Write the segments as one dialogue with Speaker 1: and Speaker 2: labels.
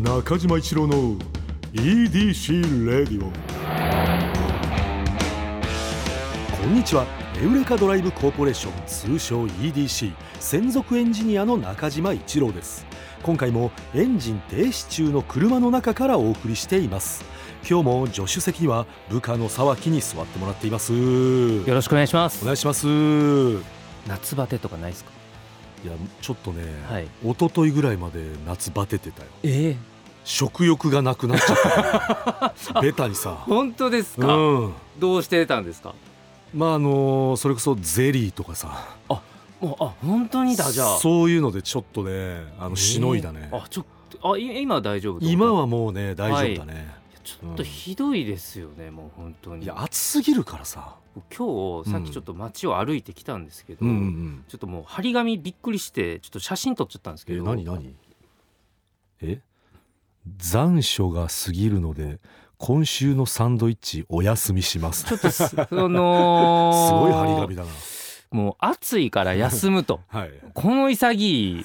Speaker 1: 中島一郎の EDC レディオ
Speaker 2: こんにちはエウレカドライブコーポレーション通称 EDC 専属エンジニアの中島一郎です今回もエンジン停止中の車の中からお送りしています今日も助手席には部下の沢木に座ってもらっています
Speaker 3: よろしくお願いします
Speaker 2: お願いしますい
Speaker 3: 夏バテとかないですか
Speaker 2: やちょっとね、
Speaker 3: はい
Speaker 2: 一昨日ぐらいまで夏バテてたよ
Speaker 3: ええ
Speaker 2: 食欲がなくなっちゃった ベタにさ
Speaker 3: 本当です
Speaker 2: う
Speaker 3: か、
Speaker 2: ん
Speaker 3: どうしてたんですか
Speaker 2: まああのそれこそゼリーとかさ
Speaker 3: もうあ本当にだじゃあ
Speaker 2: そういうのでちょっとねあ
Speaker 3: あ
Speaker 2: のしのいだね、
Speaker 3: あちょっとあい今は大丈夫ってこと
Speaker 2: 今
Speaker 3: い
Speaker 2: はもうね大丈夫だね、
Speaker 3: やちょっとひどいですよね、もう本当
Speaker 2: い、
Speaker 3: に
Speaker 2: や暑すぎるからさ
Speaker 3: 今日さっきちょっと街を歩いてきたんですけど、
Speaker 2: うんうんうん
Speaker 3: ちょっともう張り紙びっくりしてちょっと写真撮っちゃったんですけ
Speaker 2: え
Speaker 3: ど
Speaker 2: 何何え残暑が過ぎるので今週のサンドイッチお休みします
Speaker 3: ち
Speaker 2: す
Speaker 3: ょっと すその
Speaker 2: ごい張り紙だな
Speaker 3: もう暑いから休 むと
Speaker 2: はい
Speaker 3: この潔い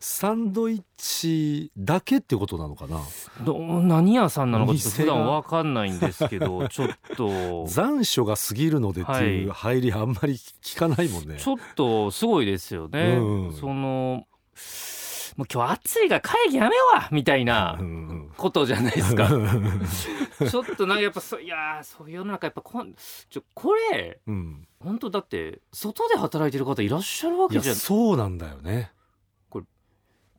Speaker 2: サンドイッチだけってことなのかな
Speaker 3: ど何屋さんなのかちょっと
Speaker 2: お店
Speaker 3: 普
Speaker 2: が
Speaker 3: 段わかんないんです けどちょっと
Speaker 2: 残暑が過ぎるのでっていう
Speaker 3: は
Speaker 2: 入りあんまり聞かないもんね、
Speaker 3: ちょっとすごいですよね。
Speaker 2: うんうん
Speaker 3: そのもう今日暑いが会議やめようわみたいな
Speaker 2: うんうん
Speaker 3: ことじゃないですか。 ちょっとなんかやっぱそういやーそういう世の中やっぱこんちょこれ
Speaker 2: うん、
Speaker 3: 本当だって外で働いてる方いらっしゃるわ
Speaker 2: い
Speaker 3: け
Speaker 2: や
Speaker 3: じゃ
Speaker 2: そうなんだよね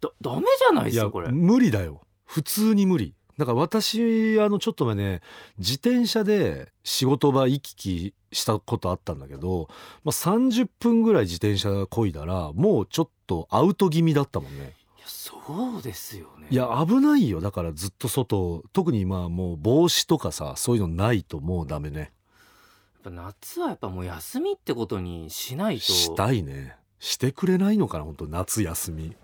Speaker 3: だダメじゃない
Speaker 2: い
Speaker 3: です
Speaker 2: や
Speaker 3: かこれ。
Speaker 2: 無理だよ普通に無理だから私あのちょっと前ね自転車で仕事場行き来したことあったんだけど、まあ、30分ぐらい自転車こいだらもうちょっとアウト気味だったもんね
Speaker 3: いやそうですよね。
Speaker 2: いや危ないよだからずっと外特にまあもう帽子とかさそういうのないともうダメね
Speaker 3: やっぱ夏はやっぱもう休みってことにしないと。
Speaker 2: したいねしてくれないのかな本当夏休み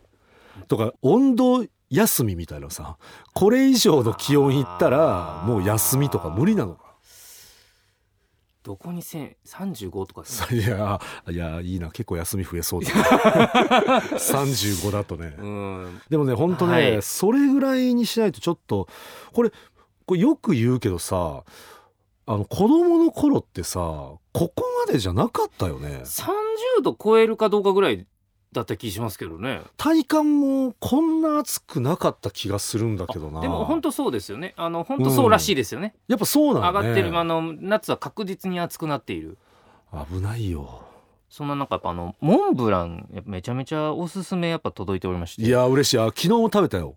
Speaker 2: とか温度休みみたいなさこれ以上の気温いったらもう休みとか無理なのか
Speaker 3: どこにせん35とか
Speaker 2: さいやいやいいな結構休み増えそうだ、ね、35だとね
Speaker 3: うん
Speaker 2: でもね本当ね、
Speaker 3: はい
Speaker 2: それぐらいにしないとちょっとこれこれよく言うけどさあの子供の頃ってさここまでじゃなかったよね
Speaker 3: 30度超えるかどうかぐらいだった気しますけどね
Speaker 2: 体感もこんな暑くなかった気がするんだけどな
Speaker 3: でも本当そうですよねあの本当そうらしいですよね、
Speaker 2: やっぱそうな
Speaker 3: 上
Speaker 2: んだ、ね、
Speaker 3: がってるあの夏は確実に暑くなっている
Speaker 2: 危ないよ
Speaker 3: そんな中やっぱあのモンブランやっぱめちゃめちゃおすすめやっぱ届いておりまして
Speaker 2: いや嬉しいあ昨日も食べたよ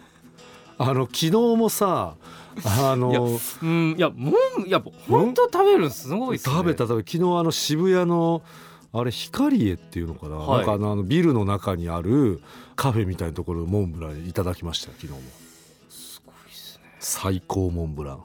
Speaker 2: あの昨日もさあ
Speaker 3: いや
Speaker 2: の
Speaker 3: うんいやモンいや本当食べるのすごいっすね
Speaker 2: 食べた食べた昨日あの渋谷のあれ光栄っていうのかな、
Speaker 3: はい
Speaker 2: なんかあのあのビルの中にあるカフェみたいなところモンブランいただきました昨日も
Speaker 3: すごいっすね
Speaker 2: 最高モンブラン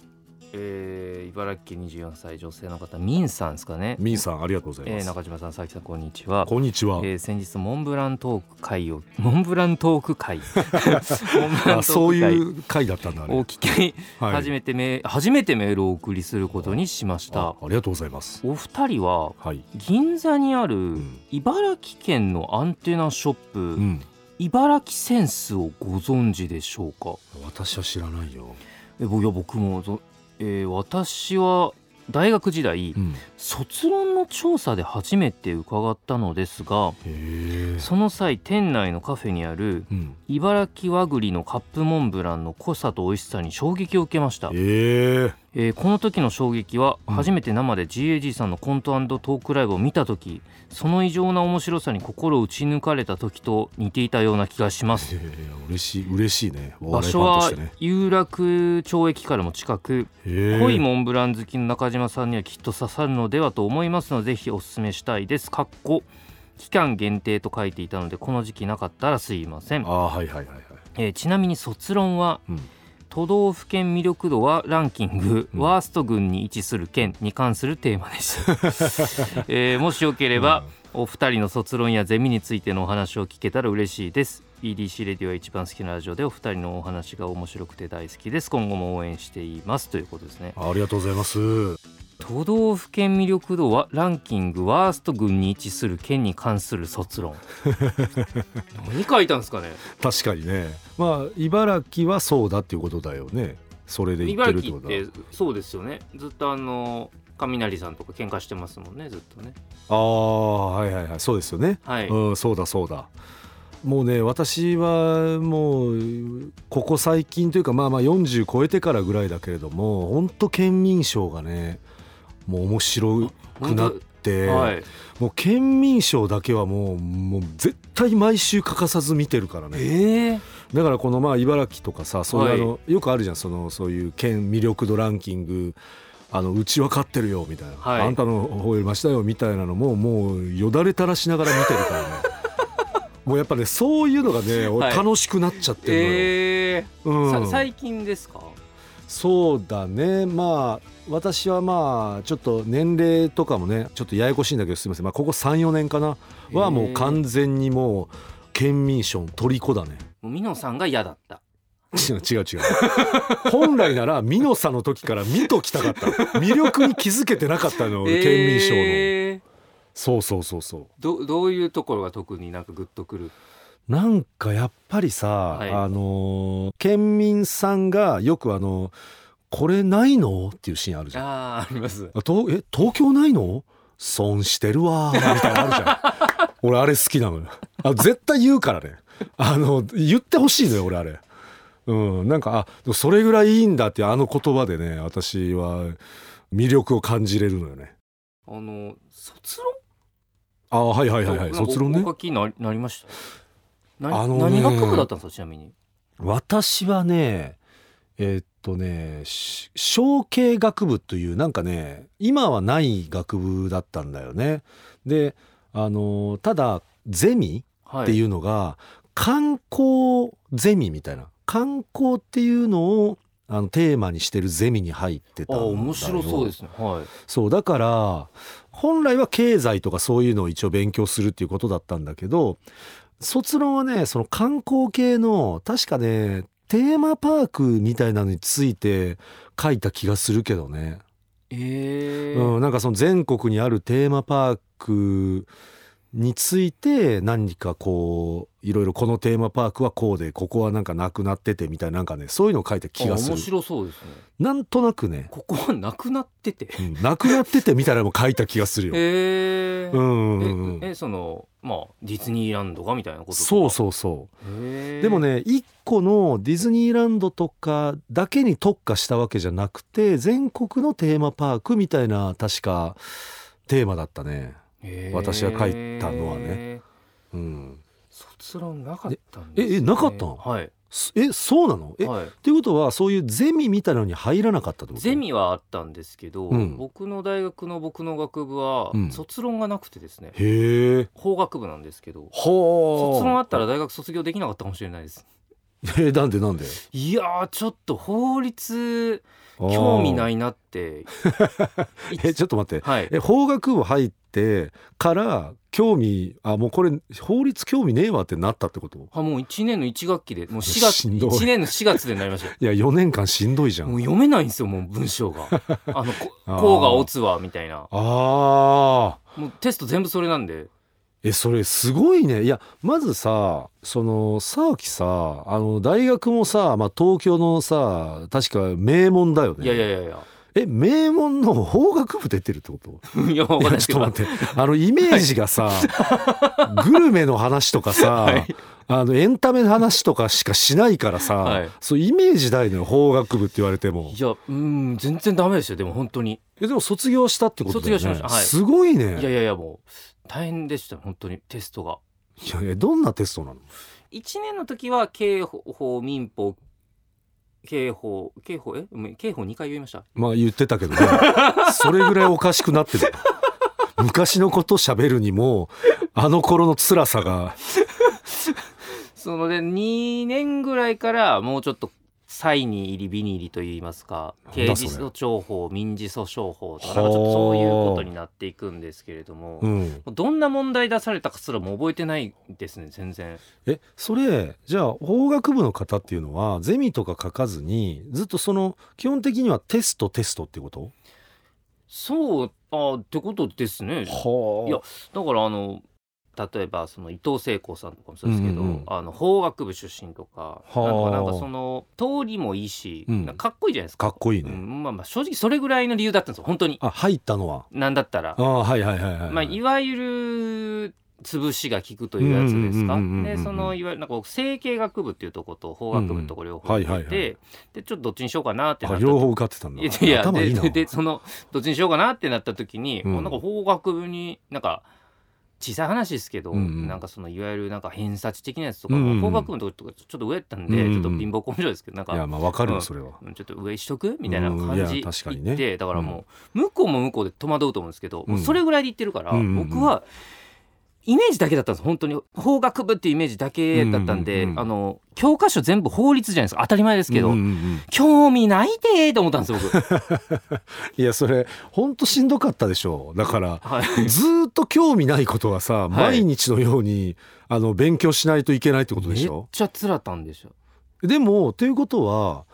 Speaker 3: えー、茨城県24歳女性の方ミンさんですかね
Speaker 2: みんさんありがとうござい
Speaker 3: え
Speaker 2: ま
Speaker 3: ー
Speaker 2: す、
Speaker 3: 中島さん佐々木さんこんにちは
Speaker 2: こんにちは、
Speaker 3: えー先日モンブラントーク会を モンブラントー ク会モンブラントー
Speaker 2: あ
Speaker 3: ク
Speaker 2: そう
Speaker 3: 会
Speaker 2: いう回だったんだ
Speaker 3: を
Speaker 2: ね
Speaker 3: 聞き
Speaker 2: はい
Speaker 3: 初めてメ、初めてメールをお送りすることにしまし
Speaker 2: あ
Speaker 3: た
Speaker 2: ありがとうございます
Speaker 3: お二人は
Speaker 2: はい、
Speaker 3: 銀座にあ
Speaker 2: う
Speaker 3: る
Speaker 2: ん
Speaker 3: 茨城県のアンテナショップ、
Speaker 2: うん、
Speaker 3: 茨城センスをご存知でしょうか
Speaker 2: 私は知らないよ、
Speaker 3: えぼいや僕もぞ、えー私は大学時代、
Speaker 2: うん、へ
Speaker 3: 卒論の調査で初めて伺ったのですが
Speaker 2: え、
Speaker 3: その際店内のカフェにある
Speaker 2: うん、
Speaker 3: 茨城和栗のカップモンブランの濃さと美味しさに衝撃を受けました、
Speaker 2: ええ
Speaker 3: えーこの時の衝撃は
Speaker 2: うん
Speaker 3: 初めて生で GAG さんのコントトークライブを見た時その異常な面白さに心を打ち抜かれた時と似ていたような気がします
Speaker 2: へえ嬉しい嬉しいねお
Speaker 3: 場
Speaker 2: 笑い
Speaker 3: 所
Speaker 2: ファンとし
Speaker 3: は
Speaker 2: てね
Speaker 3: 有楽町駅からも近く
Speaker 2: へえ
Speaker 3: 濃いモンブラン好きの中島さんにはきっと刺さるのではと思いますのでぜひおすすめしたいですかっこ期間限定と書いていたのでこの時期なかったらすいません
Speaker 2: あ、あはいはいはいはい
Speaker 3: えーちなみに卒論は、
Speaker 2: うん
Speaker 3: 都道府県魅力度はランキング、
Speaker 2: うん
Speaker 3: ワースト群に位置する県に関するテーマ でした、えーもしよければ、お二人の卒論やゼミについてのお話を聞けたら嬉しいです EDC レディは一番好きなラジオでお二人のお話が面白くて大好きです今後も応援していますということですね
Speaker 2: ありがとうございます。
Speaker 3: 都道府県魅力度はランキングワースト群に位置する県に関する 卒論何書いたんですかね
Speaker 2: 確かにねまあ茨城はそうだっていうことだよねそれで言ってるってこ
Speaker 3: 茨城っ
Speaker 2: とだ
Speaker 3: てそうですよねずっとあの雷さんとか喧嘩してますもんねずっとね
Speaker 2: ああはいはいはいそうですよね、
Speaker 3: はい、
Speaker 2: うんそうだそうだもうね私はもうここ最近というかまあまあ40超えてからぐらいだけれども本当県民賞がねもう面白くなって、
Speaker 3: はい
Speaker 2: もう県民賞だけはもうもう絶対毎週欠かさず見てるからね
Speaker 3: ええ
Speaker 2: だからこのまあ茨城とかさそういう
Speaker 3: は
Speaker 2: あ
Speaker 3: い
Speaker 2: の、よくあるじゃんそのそういう県魅力度ランキングあのうち分かってるよみたいな、
Speaker 3: はい
Speaker 2: あんたの方よりましたよみたいなのももうよだれ垂らしながら見てるから ねもうやっぱねそういうのがね俺
Speaker 3: はい
Speaker 2: 楽しくなっちゃってるのよ、
Speaker 3: ええ
Speaker 2: うん
Speaker 3: さ最近ですか
Speaker 2: そうだねまあ私はまあちょっと年齢とかもねちょっとややこしいんだけどすみません、まあ、ここ34年かなはも
Speaker 3: へ
Speaker 2: う
Speaker 3: え
Speaker 2: 完全にもう県民賞の虜だね
Speaker 3: もう美濃さんが嫌だった
Speaker 2: 違う違う違う本来なら美濃さんの時から見ときたかった魅力に気づけてなかったの俺県民賞の、
Speaker 3: ええ
Speaker 2: そうそうそうそう
Speaker 3: どどういうところが特になんかグッとくる
Speaker 2: なんかやっぱりさ、
Speaker 3: い
Speaker 2: あのー県民さんがよくあのこれないのっていうシーンあるじゃん
Speaker 3: あああります
Speaker 2: あとえ東京ないの損してるわーみたいなのあるじゃん俺あれ好きなのよあ絶対言うからねあの言ってほしいのよ俺あれうんなんかあでもそれぐらいいいんだっていうあの言葉でね私は魅力を感じれるのよね
Speaker 3: あの卒
Speaker 2: あはいはい
Speaker 3: 論
Speaker 2: はいは
Speaker 3: なん
Speaker 2: い
Speaker 3: か
Speaker 2: 卒論
Speaker 3: お
Speaker 2: ね
Speaker 3: お書きになりなりました
Speaker 2: あ
Speaker 3: 何,、
Speaker 2: のね
Speaker 3: 何学部だったんですかちなみに
Speaker 2: 私はねえーっとねし小経学部というなんかね今はない学部だったんだよねであのただゼミ、
Speaker 3: は
Speaker 2: っていうのが観光ゼミみたいな観光っていうのをあのテーマにしてるゼミに入ってた
Speaker 3: あ
Speaker 2: んだよ
Speaker 3: 面白そうですねはい
Speaker 2: そうだから本来は経済とかそういうのを一応勉強するっていうことだったんだけど卒論はねその観光系の確かねテーマパークみたいなのについて書いた気がするけどね
Speaker 3: ええ
Speaker 2: うん、なんかその全国にあるテーマパークについて何かこういろいろこのテーマパークはこうでここはなんかなくなっててみたいななんかねそういうのを書いた気がす
Speaker 3: あ面
Speaker 2: る
Speaker 3: 白そうですね
Speaker 2: なんとなくね、
Speaker 3: ここはなくなってて
Speaker 2: うんなくなっててみたいなのも書いた気がするよ。
Speaker 3: へえ
Speaker 2: うんうんうん
Speaker 3: ええそのまあディズニーランドがみたいなこと
Speaker 2: そう
Speaker 3: う
Speaker 2: そうそう
Speaker 3: で
Speaker 2: でもね一個のディズニーランドとかだけに特化したわけじゃなくて全国のテーマパークみたいな確かテーマだったね。私が書いたのは
Speaker 3: ね
Speaker 2: うん、
Speaker 3: 卒論なかったん
Speaker 2: え
Speaker 3: です、ね、
Speaker 2: ええなかったの
Speaker 3: はい
Speaker 2: すえそうなのえ
Speaker 3: はい
Speaker 2: っていうことはそういうゼミみたいなのに入らなかったってこと
Speaker 3: ゼミはあったんですけど、
Speaker 2: うん
Speaker 3: 僕の大学の僕の学部は
Speaker 2: うん
Speaker 3: 卒論がなくてです
Speaker 2: へ
Speaker 3: ね、
Speaker 2: え
Speaker 3: 法学部なんですけど
Speaker 2: ほ
Speaker 3: 卒論あった
Speaker 2: ら
Speaker 3: ら大学卒業できなかったかもしれないです
Speaker 2: えなんでなんで
Speaker 3: いやーちょっと法律興味ないいなって
Speaker 2: えちょっと待って
Speaker 3: はい
Speaker 2: え法学部入ってから興味あもうこれ法律興味ねえわってなったってこと
Speaker 3: あもう1年の1学期でもう4
Speaker 2: し
Speaker 3: 月
Speaker 2: んどい
Speaker 3: 1年の4月でなりまし
Speaker 2: いや4年間しんどいじゃ
Speaker 3: たもうん読めないんですよもう文 章があのこ
Speaker 2: あー
Speaker 3: こうが落つわみたいな
Speaker 2: ああ
Speaker 3: もうテスト全部それなんで
Speaker 2: えそれすごいねいやまずさその沢木さあの大学もさ、まあ、東京のさ確か名門だよね
Speaker 3: いやいやいやいや
Speaker 2: え名門の法学部出てるってこと
Speaker 3: いやわか
Speaker 2: い
Speaker 3: んな
Speaker 2: や
Speaker 3: いです
Speaker 2: ち
Speaker 3: け
Speaker 2: ょっと
Speaker 3: ど
Speaker 2: 待ってあのイメージが さ、グルメの話とかさ、
Speaker 3: はい
Speaker 2: あのエンタメの話とかしかしないからさ、
Speaker 3: はい
Speaker 2: そうイメージないのよ法学部って言われても
Speaker 3: いやうん全然ダメですよでも本当に
Speaker 2: えでも卒業したってことだよね
Speaker 3: 卒業しましたはい
Speaker 2: すごい
Speaker 3: い
Speaker 2: ね
Speaker 3: やいやいやもう大変でした本当にテストが
Speaker 2: いやいやどんなテストなの
Speaker 3: 1年の時は刑法民法刑法刑法えうん刑法2回言いました
Speaker 2: まあ言ってた けどねそれぐらいおかしくなってる昔のこと喋るにもあの頃の辛さが
Speaker 3: そので2年ぐらいからもうちょっとサイに入りビに入りといいますか
Speaker 2: なんだそれ
Speaker 3: 刑事訴訟法民事訴訟法とかなんかちょっとそういうことになっていくんですけれども、
Speaker 2: うん
Speaker 3: どんな問題出されたかすらもう覚えてないですね全然
Speaker 2: えそれじゃあ法学部の方っていうのはゼミとか書かずにずっとその基本的にはテストテストっていうこと
Speaker 3: そうあってことですね
Speaker 2: はい
Speaker 3: やだからあの例えばその伊藤聖子さんとかもそうですけど、
Speaker 2: うんうん
Speaker 3: あの法学部出身とか
Speaker 2: はあ
Speaker 3: なんかなんかその通りもいいし、
Speaker 2: うん
Speaker 3: なんかかっこいいじゃないですか
Speaker 2: かっこいいうね、
Speaker 3: んまあ、まあ正直それぐらいの理由だったんですよ本当に
Speaker 2: あ入ったのは
Speaker 3: なんだったら
Speaker 2: ああはいはいはいはい、
Speaker 3: まあ、いわゆる潰しが効くというやつですか
Speaker 2: うんうんうんうんうん
Speaker 3: でそのいわゆるなんか僕整形学部っていうとこと法学部のとこ両方
Speaker 2: うんうんはいはい
Speaker 3: 入っ
Speaker 2: はい
Speaker 3: てでちょっとどっちにしようかなってな
Speaker 2: あ
Speaker 3: った
Speaker 2: 両方受かってたんだ
Speaker 3: いやいや
Speaker 2: 頭いいな
Speaker 3: でででそのどっちにしようかなってなった時に、
Speaker 2: うん
Speaker 3: もうなんか法学部になんか小さい話ですけど、
Speaker 2: うんうん
Speaker 3: なんかそのいわゆるなんか偏差値的なやつとか、
Speaker 2: うんうん
Speaker 3: 法学部のとことかちょっと上やったんで、
Speaker 2: うんうん
Speaker 3: ちょっと貧乏根性ですけどなん
Speaker 2: いや
Speaker 3: か。
Speaker 2: まあわかる
Speaker 3: う
Speaker 2: よ
Speaker 3: ん
Speaker 2: それは、
Speaker 3: うんちょっと上しとくみたいな感
Speaker 2: うんい
Speaker 3: じ
Speaker 2: や確か
Speaker 3: で、
Speaker 2: にね
Speaker 3: だからもう、向こうも向こうで戸惑うと思うんですけど、もううんそれぐらいで言ってるから、
Speaker 2: うんうんうん
Speaker 3: 僕はイメージだけだったんです本当に法学部っていうイメージだけだったんで、
Speaker 2: うんうんうん
Speaker 3: あの教科書全部法律じゃないですか当たり前ですけど、
Speaker 2: うんうんうん
Speaker 3: 興味ないでーと思ったんですよ 僕。
Speaker 2: いやそれほんとしんどかったでしょうだから
Speaker 3: はい
Speaker 2: ずーっと興味ないことはさ、
Speaker 3: はい
Speaker 2: 毎日のようにあの勉強しないといけないってことでし
Speaker 3: めっ
Speaker 2: ょ
Speaker 3: ちゃつらたんでしょ
Speaker 2: でもということは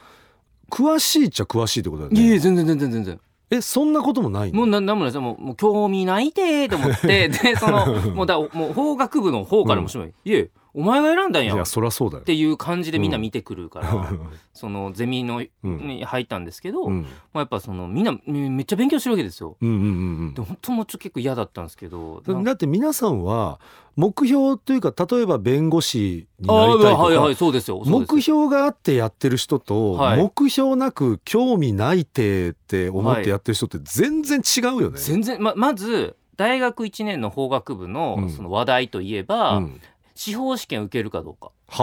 Speaker 2: 詳しいっちゃ詳しいってことだよ
Speaker 3: いえい
Speaker 2: ね
Speaker 3: え全然全然全然
Speaker 2: えそんなこともないの
Speaker 3: もうななんもないですもうもう興味ないでーと思っ てでそのもうだもう法学部の方からもしも、いえお前が選んだん
Speaker 2: い
Speaker 3: やんっ
Speaker 2: やそりゃそうだよ
Speaker 3: ていう感じでみんな見てくるから、そのゼミの
Speaker 2: うん
Speaker 3: に入ったんですけど、
Speaker 2: う
Speaker 3: ま
Speaker 2: ん
Speaker 3: あ、やっぱそのみんなめめっちゃ勉強してるわけですよ。
Speaker 2: うんうんうん
Speaker 3: で本当もうちょっと結構嫌だったんですけど
Speaker 2: う
Speaker 3: なんん
Speaker 2: だって皆さんは目標というか例えば弁護士にな
Speaker 3: あ
Speaker 2: りたいとか、
Speaker 3: あはいはいそうですよそうです
Speaker 2: 目標があってやってる人と、
Speaker 3: はい
Speaker 2: 目標なく興味ないてって思ってやってる人って全然違うよね。
Speaker 3: 全然ままず大学1年の法学部
Speaker 2: う
Speaker 3: の
Speaker 2: ん
Speaker 3: その話題といえば、
Speaker 2: うん
Speaker 3: 司法試験受けるかどうか
Speaker 2: は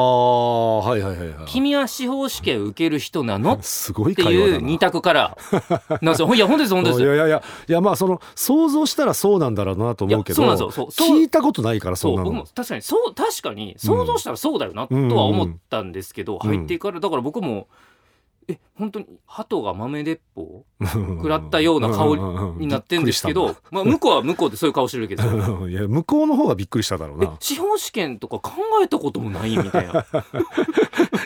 Speaker 2: あはいはいはいはい。
Speaker 3: 君は司法試験受ける人なの
Speaker 2: すごい
Speaker 3: って
Speaker 2: 会話
Speaker 3: いう
Speaker 2: だな。
Speaker 3: 二択からなんですよ。いや本当です本当です
Speaker 2: いやいやいやいやまあその想像したらそうなんだろうなと思うけど
Speaker 3: いやそうなんですよそうそう
Speaker 2: 聞いたことないからそ
Speaker 3: そ
Speaker 2: ん
Speaker 3: う
Speaker 2: な
Speaker 3: 僕も
Speaker 2: の。
Speaker 3: 確かにそう確かに想像したらそうだよなとは思ったんですけど、
Speaker 2: うんうん
Speaker 3: 入ってからだから僕もえ本当に鳩が豆鉄砲
Speaker 2: 食
Speaker 3: 食らったような香りになってんですけど、まあ、向こうは向こうでそういう顔してるわけ ですよ。
Speaker 2: いや向こうの方がびっくりしただろう
Speaker 3: え
Speaker 2: な。
Speaker 3: 司法試験とか考えたこともないみたい な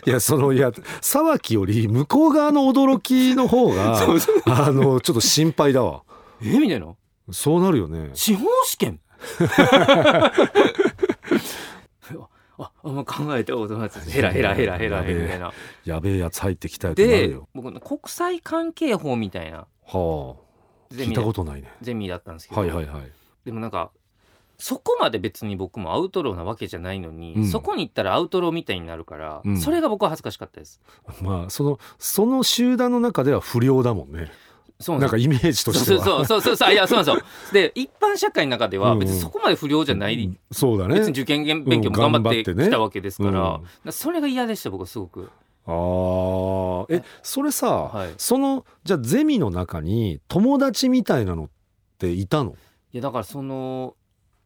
Speaker 2: いやそのいや騒ぎより向こう側の驚きの方が
Speaker 3: そうそう
Speaker 2: あのちょっと心配だわ。
Speaker 3: えみたいな
Speaker 2: そうなるよね。
Speaker 3: 司法試験 ああんま考えたことないですヘラヘラヘラヘラヘラみたいな
Speaker 2: やべえやつ入ってきたよってなる
Speaker 3: で
Speaker 2: よ。
Speaker 3: 僕ね国際関係法みたいな
Speaker 2: はあ
Speaker 3: ゼ
Speaker 2: 聞
Speaker 3: ミ
Speaker 2: いたことないね。
Speaker 3: ゼミだったんですけど、
Speaker 2: はいはいはい。
Speaker 3: でもなんかそこまで別に僕もアウトローなわけじゃないのに、
Speaker 2: うん
Speaker 3: そこに行ったらアウトローみたいになるから、
Speaker 2: うん
Speaker 3: それが僕は恥ずかしかったです。
Speaker 2: まあそのその集団の中では不良だもんね。
Speaker 3: そう
Speaker 2: なん
Speaker 3: で
Speaker 2: かイメージ
Speaker 3: す
Speaker 2: として
Speaker 3: そう
Speaker 2: は。
Speaker 3: そうそうそうそういやそうなんですよ。で一般社会の中で
Speaker 2: う
Speaker 3: は
Speaker 2: んうん
Speaker 3: 別にそこまで不良じゃない、
Speaker 2: うんそうだね。
Speaker 3: 別に受験勉強も頑張って
Speaker 2: うん頑張ってね
Speaker 3: きたわけですから,、
Speaker 2: うん
Speaker 3: それが嫌でした僕はすごく。
Speaker 2: ああ、え、それさ、
Speaker 3: はい
Speaker 2: そのじゃあゼミの中に友達みたいなのっていたの？
Speaker 3: いやだからその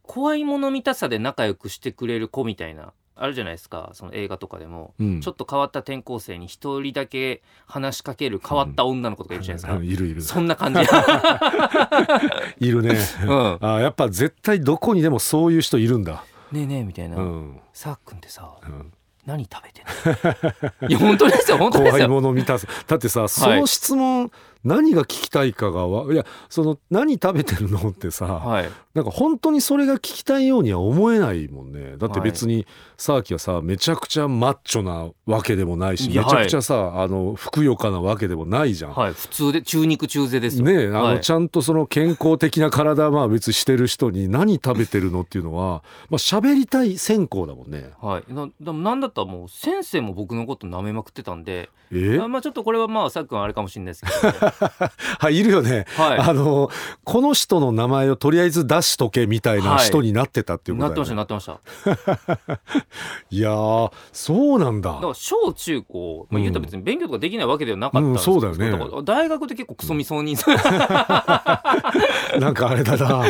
Speaker 3: 怖いもの見たさで仲良くしてくれる子みたいなあるじゃないですかその映画とかでも。
Speaker 2: うん
Speaker 3: ちょっと変わった転校生に一人だけ話しかける変わった女の子とかいるじゃないですか。
Speaker 2: うんいるいる
Speaker 3: そん な感じ。
Speaker 2: いる ね。
Speaker 3: うん、
Speaker 2: あーやっぱ絶対どこにでもそういう人いるんだ。
Speaker 3: ねえねえみたいな、
Speaker 2: うん。
Speaker 3: さっくんってさ
Speaker 2: うん
Speaker 3: 何食べてんの いや本当ですよ本当です
Speaker 2: 怖い
Speaker 3: よ
Speaker 2: もの見たさだってさその質問、何が聞きたいかがわいやその何食べてるのってさ、
Speaker 3: はい
Speaker 2: なんか本当にそれが聞きたいようには思えないもんねだって別にサーキはさめちゃくちゃマッチョなわけでもないし
Speaker 3: いや
Speaker 2: めちゃくちゃさ、あのふくよかなわけでもないじゃん。
Speaker 3: はい普通で中肉中背ですよ、
Speaker 2: ねえあの、
Speaker 3: はい
Speaker 2: ちゃんとその健康的な体まあ別にしてる人に何食べてるのっていうのは まあ喋りたい先行だもんね。
Speaker 3: はい、なでもなんだったらもう先生も僕のこと舐めまくってたんで
Speaker 2: え
Speaker 3: あまあちょっとこれはまあさっくんあれかもしれないですけど、ね、
Speaker 2: はいいるよね。
Speaker 3: は
Speaker 2: あのこの人の名前をとりあえず出しとけみたいな人になってたって
Speaker 3: い
Speaker 2: いうこ
Speaker 3: な
Speaker 2: と
Speaker 3: って
Speaker 2: だ
Speaker 3: ま
Speaker 2: よね
Speaker 3: したなってました
Speaker 2: いやーそうなんだ
Speaker 3: だから小中高、まあ、言ったら別に勉強とかできないわけではなかったんですけ
Speaker 2: う
Speaker 3: ど、
Speaker 2: んそうだよね
Speaker 3: から大学で結構クソみそうに、
Speaker 2: なんかあれだな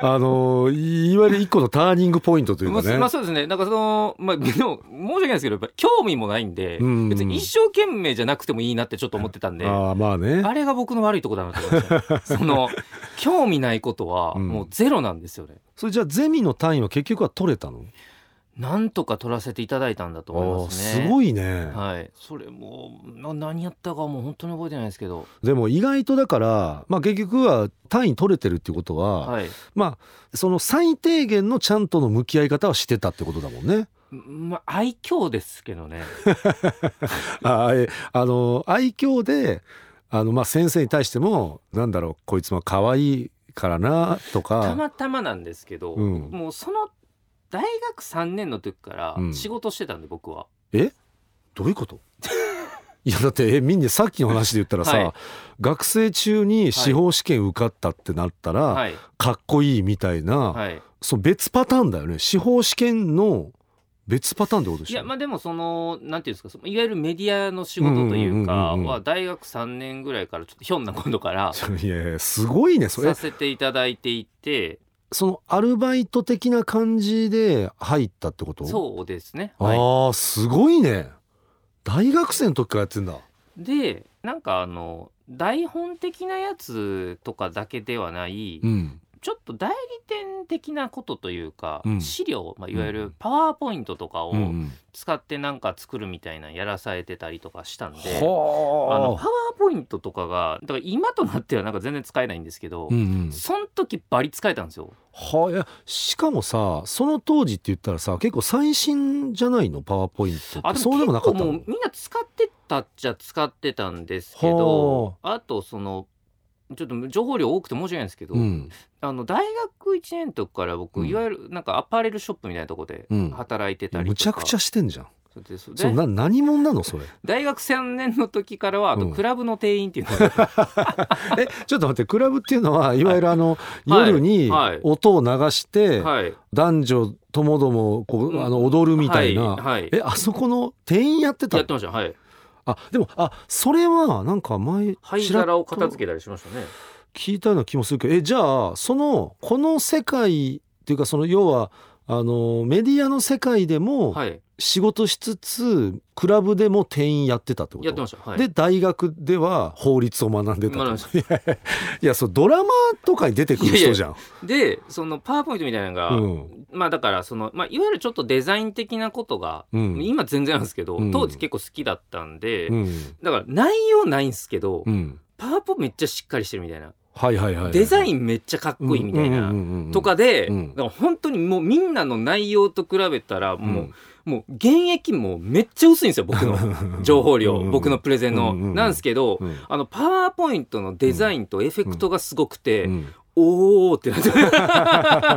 Speaker 2: あのいわゆる一個のターニングポイントという
Speaker 3: ま
Speaker 2: か
Speaker 3: あ
Speaker 2: ね
Speaker 3: まあそうですねなんかそのまあでも申し訳ないですけどやっぱ興味もないんで、
Speaker 2: うんうん
Speaker 3: 別に一生懸命じゃなくてもいいなってちょっと思ってたんで、
Speaker 2: あーまあね
Speaker 3: あれが僕の悪いとこだなと思いました その興味ないことは
Speaker 2: うん
Speaker 3: もうゼロなんですよね、
Speaker 2: それじゃあゼミの単位は結局は取れたの
Speaker 3: なんとか取らせていただいたんだと思いますね
Speaker 2: あーすごいね、
Speaker 3: はい、それもな何やったかもう本当に覚えてないですけど、
Speaker 2: でも意外とだから、まあ、結局は単位取れてるってことは、
Speaker 3: はい、
Speaker 2: まあその最低限のちゃんとの向き合い方はしてたってことだもんね。
Speaker 3: まあ愛嬌ですけ どね。
Speaker 2: あえあの愛嬌であの、まあ、先生に対してもなんだろうこいつも可愛いからなと
Speaker 3: た
Speaker 2: か。
Speaker 3: またまなんですけど、
Speaker 2: うん
Speaker 3: もうその大学3年の時から
Speaker 2: うん
Speaker 3: 仕事してたんで僕は、
Speaker 2: どういうこといやだってえみんなさっきの話で言ったらさ、
Speaker 3: はい
Speaker 2: 学生中に司法試験受かったってなったら、
Speaker 3: はい
Speaker 2: かっこいいみたいな、
Speaker 3: はい
Speaker 2: その別パターンだよね司法試験の別パターンってことで
Speaker 3: い
Speaker 2: しょ
Speaker 3: やまあでもそのなんていうんですかそのいわゆるメディアの仕事というか
Speaker 2: うんうんうんうんうん
Speaker 3: は大学3年ぐらいからちょっとひょんなことから
Speaker 2: ちょいやいやすごいねそれ
Speaker 3: させていただいていて
Speaker 2: そのアルバイト的な感じで入ったってこと
Speaker 3: そうですね、
Speaker 2: あ
Speaker 3: はい、
Speaker 2: ーすごいね大学生の時からやってんだ
Speaker 3: でなんかあの台本的なやつとかだけではない、
Speaker 2: うん
Speaker 3: ちょっと代理店的なことというか、
Speaker 2: うん
Speaker 3: 資料、まあ、いわゆ
Speaker 2: うんう
Speaker 3: る
Speaker 2: ん
Speaker 3: パワーポイントとかを
Speaker 2: うんうん
Speaker 3: 使ってなんか作るみたいなのやらされてたりとかしたんで、あの
Speaker 2: は
Speaker 3: パワーポイントとかがだから今となってはなんか全然使えないんですけど、
Speaker 2: あうんうん
Speaker 3: その時バリ使えたんですよ。
Speaker 2: はいやしかもさその当時って言ったらさ結構最新じゃないのパワーポイントって
Speaker 3: も
Speaker 2: そうでもなかった
Speaker 3: 結構
Speaker 2: の
Speaker 3: もうみんな使ってたっちゃ使ってたんですけどあとそのちょっと情報量多くて申し訳ないんですけど、
Speaker 2: うん
Speaker 3: あの大学1年の時から僕、
Speaker 2: うん
Speaker 3: いわゆるなんかアパレルショップみたいなとこで
Speaker 2: うん
Speaker 3: 働いてたりとか、
Speaker 2: むちゃくちゃしてんじゃん
Speaker 3: そうです
Speaker 2: それな何者なの それ
Speaker 3: 大学3年の時からはあと
Speaker 2: うん
Speaker 3: クラブの店員っていうの が、
Speaker 2: えちょっと待ってクラブっていうのはいわゆるあの、
Speaker 3: はい
Speaker 2: 夜に
Speaker 3: はい
Speaker 2: 音を流して、
Speaker 3: はい
Speaker 2: 男女ともどもこ
Speaker 3: う
Speaker 2: うんあの踊るみたいな、
Speaker 3: はいはい
Speaker 2: えあそこの店員やってた
Speaker 3: やってましたはい
Speaker 2: あでもあそれはなんか前
Speaker 3: 灰
Speaker 2: ちらっ
Speaker 3: 皿を片付けたりしましたね
Speaker 2: 聞いたような気もするけどえじゃあそのこの世界っていうかその要はあのメディアの世界でも
Speaker 3: はい
Speaker 2: 仕事しつつクラブでも店員やってたってこと
Speaker 3: やってましたはい
Speaker 2: で大学では法律を学んでた
Speaker 3: 学びま
Speaker 2: といやいやいやそうドラマとかに出てくる人じゃん。
Speaker 3: でそのパワーポイントみたいなのが、
Speaker 2: うん
Speaker 3: まあだからその、まあ、いわゆるちょっとデザイン的なことが、
Speaker 2: うん
Speaker 3: 今全然なんですけど、
Speaker 2: うん
Speaker 3: 当時結構好きだったんで、
Speaker 2: うん
Speaker 3: だから内容ないんですけど、
Speaker 2: うん
Speaker 3: パワーポめっちゃしっかりしてるみたいな、
Speaker 2: はいはいはいはい
Speaker 3: デザインめっちゃかっこいいみたいな、とかで、
Speaker 2: うん
Speaker 3: だから本当にもうみんなの内容と比べたらもう、
Speaker 2: うん
Speaker 3: もう現役もうめっちゃ薄いんですよ僕 の情報量、僕のプレゼンの、
Speaker 2: うんうんうん
Speaker 3: なんですけど、
Speaker 2: うん
Speaker 3: あのパワーポイントのデザインとエフェクトがすごくて、
Speaker 2: うん
Speaker 3: おーってなって、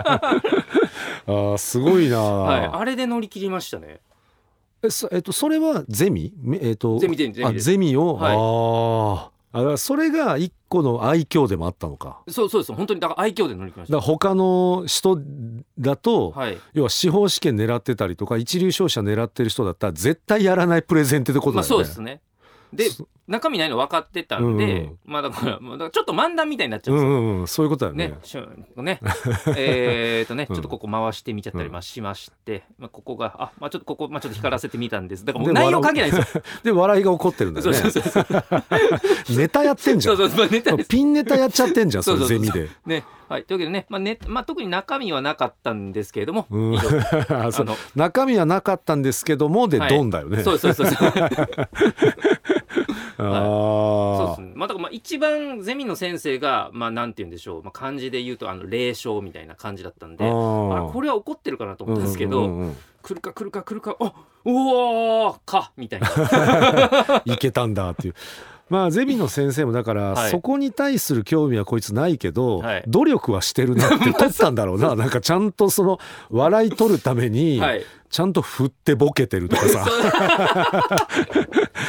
Speaker 2: あーすごいな、
Speaker 3: はい、あれで乗り切りましたね。
Speaker 2: えそえっとそれはゼミめえっと
Speaker 3: ゼミゼミゼミ
Speaker 2: あ
Speaker 3: です
Speaker 2: ゼミを、
Speaker 3: はい
Speaker 2: あーあだからそれが一個の愛嬌でもあったのか
Speaker 3: そうそうです本当にだから愛嬌で乗り切りま
Speaker 2: だ
Speaker 3: し
Speaker 2: から他の人だと、
Speaker 3: た。はい、
Speaker 2: 要は司法試験狙ってたりとか一流商社狙ってる人だったら絶対やらないプレゼンってことだよね、
Speaker 3: まあそうですね。で
Speaker 2: そ
Speaker 3: 中身ないの分かってたんで、
Speaker 2: うんうん
Speaker 3: まあだからまあだからちょっと漫談みたいになっちゃ
Speaker 2: う
Speaker 3: うんですよ
Speaker 2: んうんうんそういうことだよね
Speaker 3: ね、しゅ ね、えーとね、
Speaker 2: うん
Speaker 3: ちょっとここ回してみちゃったりまあしまして、まあここが、あ、まあちょっとここ、まあちょっと光らせてみたんです。だからもう
Speaker 2: で
Speaker 3: 内容関係ないんですよ。
Speaker 2: で笑いが起こってるんだ
Speaker 3: そ
Speaker 2: よ
Speaker 3: う
Speaker 2: ね
Speaker 3: そうそうそう。
Speaker 2: ネタやってんじゃ
Speaker 3: そ
Speaker 2: ん
Speaker 3: うそうそう、ネタです。
Speaker 2: ピンネタやっちゃってんじゃんそ
Speaker 3: そう
Speaker 2: れ
Speaker 3: そう
Speaker 2: ゼ
Speaker 3: そう
Speaker 2: ミで
Speaker 3: ね、はい、というわけでね、まあね、まあ特に中身はなかったんですけれども、
Speaker 2: うん あそう
Speaker 3: あの
Speaker 2: 中身はなかったんですけどもで、
Speaker 3: はい
Speaker 2: ドンだよね
Speaker 3: そうそうそうそう。
Speaker 2: あ
Speaker 3: そう
Speaker 2: ー
Speaker 3: ですね。まあだからまあ一番ゼミの先生が、まあなんて言うんでしょう、まあ漢字で言うとあの霊障みたいな感じだったんで、
Speaker 2: あ
Speaker 3: あ
Speaker 2: ー
Speaker 3: これは怒ってるかなと思ったんですけど、
Speaker 2: うんうんうんうん
Speaker 3: 来るか来るか来るか、あ、おーかみたいな。
Speaker 2: いけたんだっていう。まあゼミの先生もだから、
Speaker 3: はい
Speaker 2: そこに対する興味はこいつないけど、
Speaker 3: はい
Speaker 2: 努力はしてるなって取ったんだろう ななんかちゃんとその笑い取るために、
Speaker 3: はい。
Speaker 2: ちゃんと振ってボケてるとか さ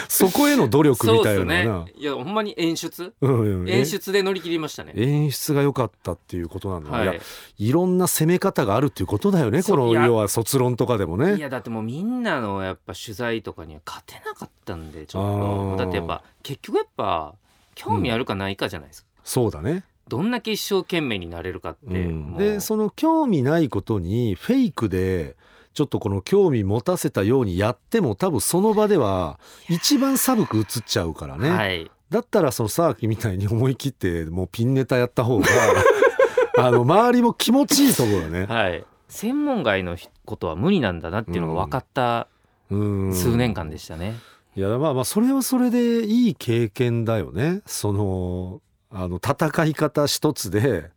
Speaker 2: そこへの努力みたいなのが
Speaker 3: そう
Speaker 2: な
Speaker 3: っすねいやほんまに演出
Speaker 2: うんうんえ
Speaker 3: 演出で乗り切りましたね
Speaker 2: 演出が良かったっていうことなんだ、
Speaker 3: はい
Speaker 2: いやいろんな攻め方があるっていうことだよね
Speaker 3: そ
Speaker 2: こ
Speaker 3: う
Speaker 2: の
Speaker 3: いや
Speaker 2: 要は卒論とかでも
Speaker 3: い
Speaker 2: ね。
Speaker 3: やだってもうみんなのやっぱ取材とかには勝てなかったんでち
Speaker 2: あ
Speaker 3: ょ
Speaker 2: ー
Speaker 3: っとだってやっぱ結局やっぱ興味あるかないかじゃないですか、
Speaker 2: そうだね、
Speaker 3: どんだけ一生懸命になれるかって、
Speaker 2: うん
Speaker 3: もう
Speaker 2: でその興味ないことにフェイクでちょっとこの興味持たせたようにやっても多分その場では一番寒く映っちゃうからね、
Speaker 3: はい
Speaker 2: だったらそのサーキみたいに思い切 ってもうピンネタやった方があの周りも気持ちいいところだね。
Speaker 3: はい専門外のことは無理なんだなっていうのが分かった
Speaker 2: うん
Speaker 3: 数年間でしたね。
Speaker 2: いやまあまあそれはそれでいい経験だよねそのあの戦い方一つで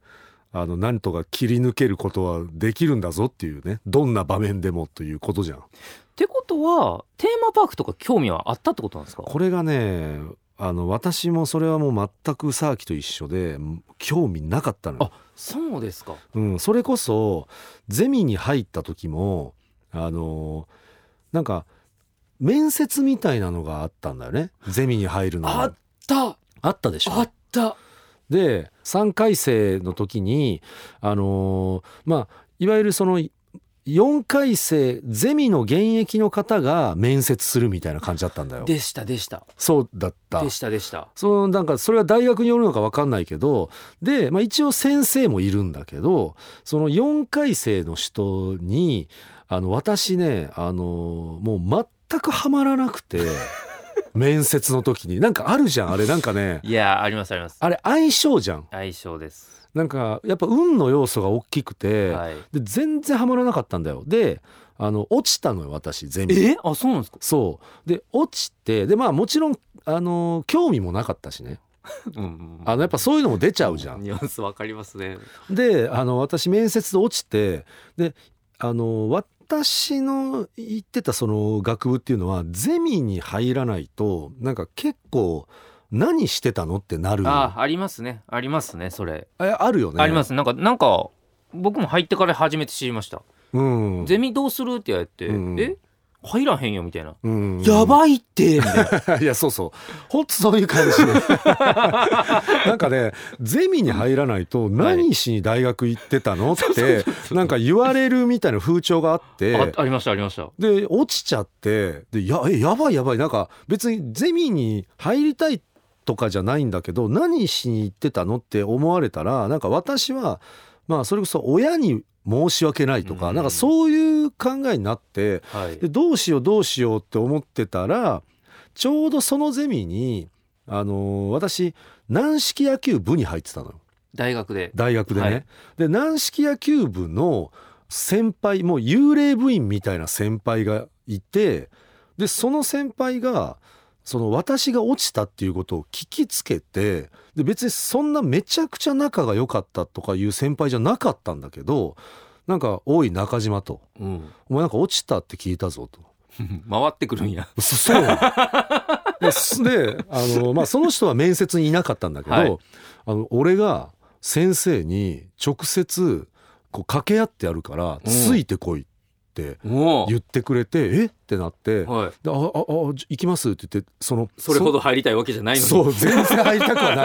Speaker 2: あのなんとか切り抜けることはできるんだぞっていうねどんな場面でもということじゃん。
Speaker 3: ってことはテーマパークとか興味はあったってことなんですか
Speaker 2: これがねあの私もそれはもう全くサーキと一緒で興味なかったのよ
Speaker 3: あそうですか。
Speaker 2: うん、それこそゼミに入った時もあのなんか面接みたいなのがあったんだよねゼミに入るのが
Speaker 3: た
Speaker 2: あったでしょ
Speaker 3: った
Speaker 2: で3回生の時にあのーまあいわゆるその4回生ゼミの現役の方が面接するみたいな感じだったんだよ。
Speaker 3: でしたでした
Speaker 2: そうだった
Speaker 3: でしたでした。
Speaker 2: そのなんかそれは大学によるのか分かんないけどで、まあ、一応先生もいるんだけどその4回生の人にあの私ねあのもう全くハマらなく て面接の時になんかあるじゃんあれなんかね
Speaker 3: いやーありますあります。
Speaker 2: あれ相性じゃん
Speaker 3: 相性です。
Speaker 2: なんかやっぱ運の要素が大きくて、
Speaker 3: はい。
Speaker 2: で全然ハマらなかったんだよであの落ちたのよ私ゼミ
Speaker 3: えあそうなんですか。
Speaker 2: そうで落ちてでまあもちろんあの興味もなかったしね
Speaker 3: うん
Speaker 2: あのやっぱそういうのも出ちゃうじゃん
Speaker 3: ニュアンスわかりますね。
Speaker 2: であの私面接で落ちてであの私の行ってたその学部っていうのはゼミに入らないとなんか結構何してたのってなる
Speaker 3: あ
Speaker 2: あ
Speaker 3: ありますねありますねそれ、
Speaker 2: あるよね、
Speaker 3: ありますすなんかなんか僕も入ってから初めて知りました。
Speaker 2: うん、
Speaker 3: ゼミどうするってやって、
Speaker 2: うん
Speaker 3: え入らへんよみたいな。
Speaker 2: うん、
Speaker 3: いってみたいな
Speaker 2: いやそうそうほんとそういう感じ なんかねゼミに入らないと何しに大学行ってたのってなんか言われるみたいな風潮があって
Speaker 3: あありましたありました。
Speaker 2: で落ちちゃってでやえやばいやばいなんか別にゼミに入りたいとかじゃないんだけど何しに行ってたのって思われたらなんか私はまあそれこそ親に申し訳ないとか、
Speaker 3: うん
Speaker 2: なんかそういう考えになって
Speaker 3: はい
Speaker 2: で。どうしようどうしようって思ってたらちょうどそのゼミに、あのー私軟式野球部に入ってたのよ
Speaker 3: 大学で。
Speaker 2: 大学でね。
Speaker 3: はい
Speaker 2: で軟式野球部の先輩もう幽霊部員みたいな先輩がいてでその先輩がその私が落ちたっていうことを聞きつけてで別にそんなめちゃくちゃ仲が良かったとかいう先輩じゃなかったんだけどなんか「おい中島」と
Speaker 3: うん。
Speaker 2: 「お前なんか落ちたって聞いたぞ」と。
Speaker 3: 回ってくるんや。
Speaker 2: そそうですであの、まあ、その人は面接にいなかったんだけど、
Speaker 3: はい
Speaker 2: あの俺が先生に直接こう掛け合ってやるから
Speaker 3: うん
Speaker 2: ついてこいって
Speaker 3: も
Speaker 2: 言ってくれて、えってなって、
Speaker 3: う。はい。
Speaker 2: であああじ行きますって言ってその
Speaker 3: それほど入りたいわけじゃないのに。
Speaker 2: そう全然入りたくは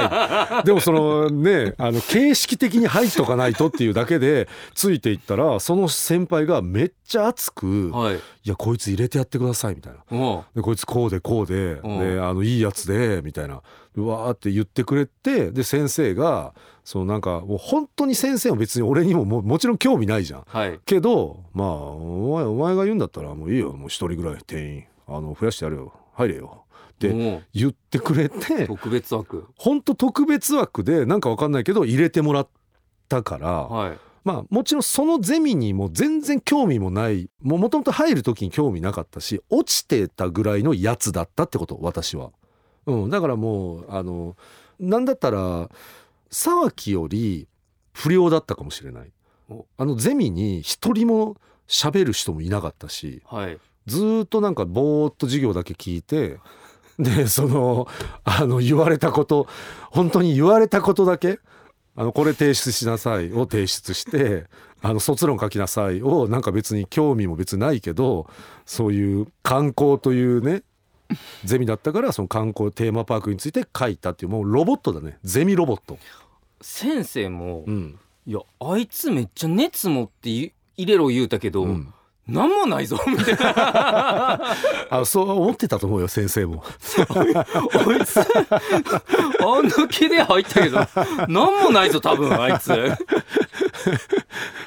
Speaker 2: ないでもそのねあの形式的に入っとかないとっていうだけでついていったらその先輩がめっちゃ熱く「い、
Speaker 3: はい。
Speaker 2: やこいつ入れてやってください」みたいな
Speaker 3: も
Speaker 2: でこいつこうでこうで、
Speaker 3: うん
Speaker 2: であのいいやつでみたいなうわーって言ってくれてで先生がそのなんかもう本当に先生も別に俺にもももちろん興味ないじゃん
Speaker 3: う。はい。
Speaker 2: けどまあお前お前が言うんだったらもういいよもう一人ぐらい店員あの増やしてやるよ入れよで
Speaker 3: も
Speaker 2: 言ってくれ
Speaker 3: う
Speaker 2: て
Speaker 3: 特別枠。
Speaker 2: 本当特別枠でなんかわかんないけど入れてもらったから、
Speaker 3: はい。
Speaker 2: まあもちろんそのゼミにも全然興味もないもともと入る時に興味なかったし落ちてたぐらいのやつだったってこと私は、うん、だからもうあのなんだったら沢木より不良だったかもしれない
Speaker 3: お
Speaker 2: あのゼミに一人も喋る人もいなかったし
Speaker 3: はい。
Speaker 2: ずーっとなんかぼーっと授業だけ聞いてでそのあの言われたこと本当に言われたことだけあのこれ提出しなさいを提出してあの卒論書きなさいをなんか別に興味も別にないけどそういう観光というねゼミだったからその観光テーマパークについて書いたっていうもうロボットだねゼミロボット。
Speaker 3: 先生も、
Speaker 2: ん
Speaker 3: いや、あいつめっちゃ熱持ってい入れろ言うたけど、
Speaker 2: うん
Speaker 3: なんもないぞ、みたいな。
Speaker 2: あそう思ってたと思うよ先生も。
Speaker 3: あいつ、あの毛で入ったけど、なんもないぞ、多分、 あいつ。あ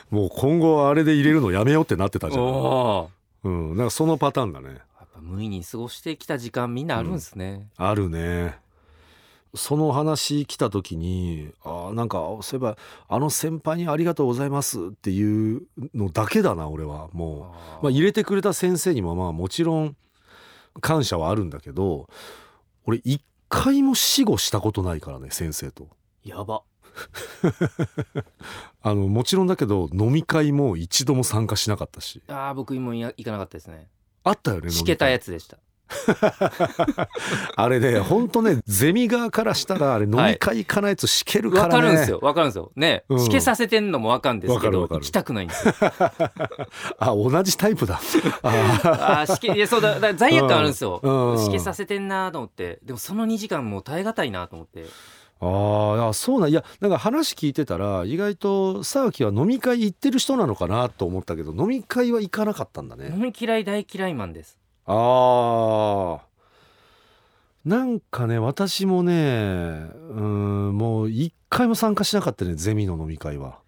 Speaker 2: もう今後はあれで入れるのやめようってなってたじゃん。
Speaker 3: あ。
Speaker 2: うん、なんかそのパターンだね。
Speaker 3: やっぱ無意に過ごしてきた時間みんなあるんですね。
Speaker 2: あるねその話来た時にあーなんかそういえばあの先輩にありがとうございますっていうのだけだな俺はもう、まあ、入れてくれた先生にもまあもちろん感謝はあるんだけど俺一回も死後したことないからね先生と
Speaker 3: やば
Speaker 2: あのもちろんだけど飲み会も一度も参加しなかったし
Speaker 3: あー僕もいや行かなかったですね
Speaker 2: あったよね
Speaker 3: しけたや
Speaker 2: つ
Speaker 3: つでした
Speaker 2: あれねほんとねゼミ側からしたらあれ飲み会行かないとしけるから
Speaker 3: わ
Speaker 2: ね
Speaker 3: かるんですよわかるんですよね、
Speaker 2: うん
Speaker 3: しけさせてんのもわかるんですけ
Speaker 2: わかる
Speaker 3: ど
Speaker 2: わか
Speaker 3: 行
Speaker 2: る
Speaker 3: きたくないんです よ
Speaker 2: あ同じタイプだあー
Speaker 3: あーしけいやそうだだから罪悪感あるんですよ、
Speaker 2: うん
Speaker 3: しけさせてんなーと思ってでもその2時間もう耐え難いなと思って
Speaker 2: ああそうなんいやなんか話聞いてたら意外と沢木は飲み会行ってる人なのかなと思ったけど飲み会は行かなかったんだね
Speaker 3: 飲み嫌い大嫌いマンです
Speaker 2: ああなんかね私もねうんもう一回も参加しなかったねゼミの飲み会は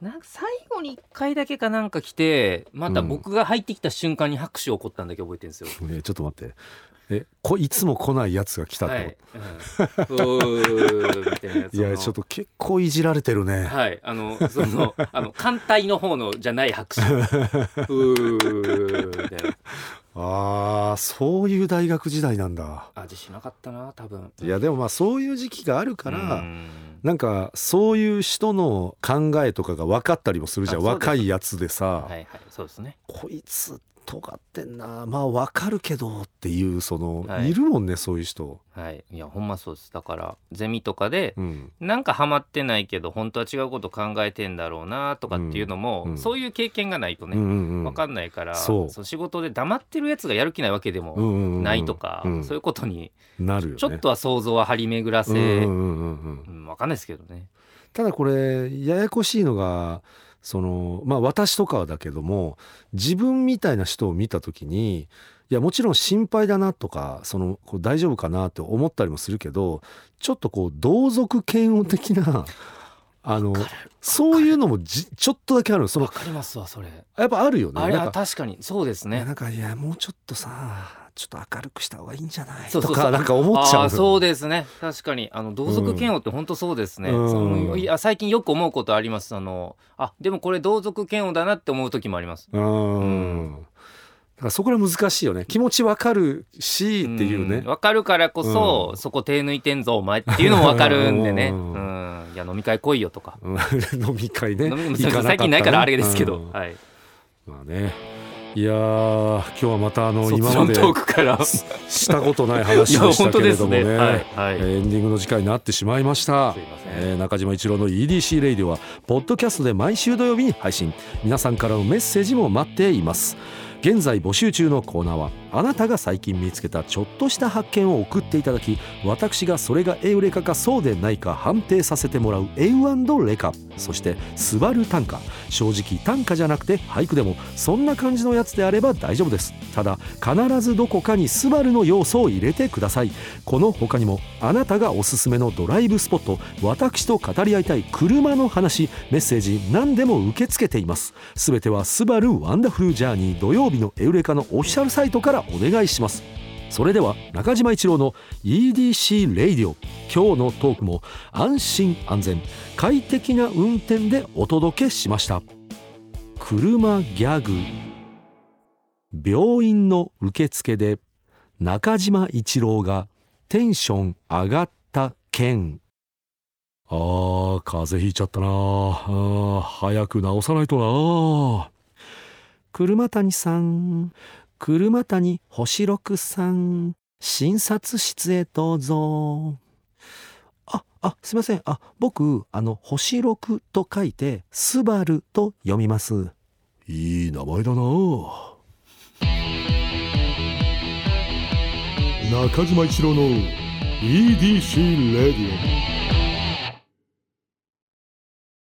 Speaker 3: なんか最後に1回だけかなんか来てまた僕が入ってきた瞬間に拍手起こったんだけ覚えてるんですよ、
Speaker 2: ねちょっと待ってえこいつも来ないやつが来たと、
Speaker 3: はい
Speaker 2: い、、
Speaker 3: うんうーみたいなやつ
Speaker 2: やちょっと結構いじられてるね、
Speaker 3: はい、あの、その、あの、艦隊の方のじゃない拍手。うーみたいな。
Speaker 2: ああそういう大学時代なんだ
Speaker 3: 味しなかったな、多分。
Speaker 2: いやでもまあそういう時期があるから、
Speaker 3: うん
Speaker 2: なんかそういう人の考えとかが分かったりもするじゃん
Speaker 3: あそうです
Speaker 2: 若いやつでさ、
Speaker 3: はいはい、そうですね。
Speaker 2: こいつ尖ってんなまあ分かるけどっていうその、
Speaker 3: はい
Speaker 2: い、るもんねそういう人。
Speaker 3: はい、いや、ほんまそうです。だから、ゼミとかで。
Speaker 2: うん、
Speaker 3: なんかハマってないけど本当は違うこと考えてんだろうなとかっていうのも、
Speaker 2: うんうん
Speaker 3: そういう経験がないと
Speaker 2: うん
Speaker 3: ね、
Speaker 2: うん
Speaker 3: 分かんないから
Speaker 2: そう
Speaker 3: の仕事で黙ってるやつがやる気ないわけで
Speaker 2: うん
Speaker 3: も
Speaker 2: うんうんうん
Speaker 3: ないとか、
Speaker 2: うん
Speaker 3: そういうことに
Speaker 2: なるよね
Speaker 3: ちょっとは想像は張り巡らせ、
Speaker 2: う
Speaker 3: う
Speaker 2: うんう
Speaker 3: んん
Speaker 2: んうんうん
Speaker 3: 分かんないですけどね。
Speaker 2: ただこれややこしいのがそのまあ私とかはだけども自分みたいな人を見た時にいやもちろん心配だなとかそのこう大丈夫かなって思ったりもするけどちょっとこう同族嫌悪的なあのそういうのもじちょっとだけあるのそ
Speaker 3: わ
Speaker 2: の
Speaker 3: かりますわそれ。
Speaker 2: やっぱあるよね。
Speaker 3: あれ
Speaker 2: なん
Speaker 3: は
Speaker 2: か
Speaker 3: 確かにそうです
Speaker 2: いや
Speaker 3: ね。
Speaker 2: なんかいやもうちょっとさちょっと明るくした方がいいんじゃない
Speaker 3: そうそうそう
Speaker 2: とかなんか思っちゃう
Speaker 3: あ
Speaker 2: の
Speaker 3: あそうですね確かにあの同族嫌悪って本当そうですね、
Speaker 2: うん
Speaker 3: そのいや最近よく思うことありますあのあでもこれ同族嫌悪だなって思う時もあります
Speaker 2: うん
Speaker 3: うん
Speaker 2: だからそこら難しいよね気持ちわかるしっていうね
Speaker 3: んわかるからこそ、
Speaker 2: うん
Speaker 3: そこ手抜いてんぞお前っていうのもわかるんでね
Speaker 2: う
Speaker 3: うんんいや飲み会来いよとか
Speaker 2: うん飲み会ね
Speaker 3: 飲
Speaker 2: 行
Speaker 3: み
Speaker 2: かかった
Speaker 3: 最近ないからあれですけど、
Speaker 2: うん
Speaker 3: はい
Speaker 2: まあねいやー今日はまたあの今
Speaker 3: 卒
Speaker 2: ま
Speaker 3: 論
Speaker 2: で
Speaker 3: トークから
Speaker 2: し
Speaker 3: い
Speaker 2: したことない話
Speaker 3: や
Speaker 2: をし
Speaker 3: 本
Speaker 2: た
Speaker 3: 当
Speaker 2: け
Speaker 3: で
Speaker 2: れ
Speaker 3: す
Speaker 2: ども
Speaker 3: ね
Speaker 2: ね
Speaker 3: はい
Speaker 2: え
Speaker 3: はい、
Speaker 2: ーエンディングの時間になってしまいました
Speaker 3: すいません
Speaker 2: えー中島一郎の EDC レイディオはポッドキャストで毎週土曜日に配信皆さんからのメッセージも待っています現在募集中のコーナーはあなたが最近見つけたちょっとした発見を送っていただき私がそれがエウレカかそうでないか判定させてもらうエウレカそしてスバル短歌正直短歌じゃなくて俳句でもそんな感じのやつであれば大丈夫ですただ必ずどこかにスバルの要素を入れてくださいこの他にもあなたがおすすめのドライブスポット私と語り合いたい車の話メッセージ何でも受け付けていますすべては「スバルワンダフルジャーニー土曜日のエウレカのオフィシャルサイトからお願いしますそれでは中島一郎の EDC レイディオ今日のトークも安心安全快適な運転でお届けしました車ギャグ病院の受付で中島一郎がテンション上がった件あー風邪ひいちゃったなあー早く治さないとなあ車谷さん車谷星六さん診察室へどうぞああすいませんあ僕あの星六と書いてスバルと読みますいい名前だなあ
Speaker 1: 中島一郎の EDC レディオ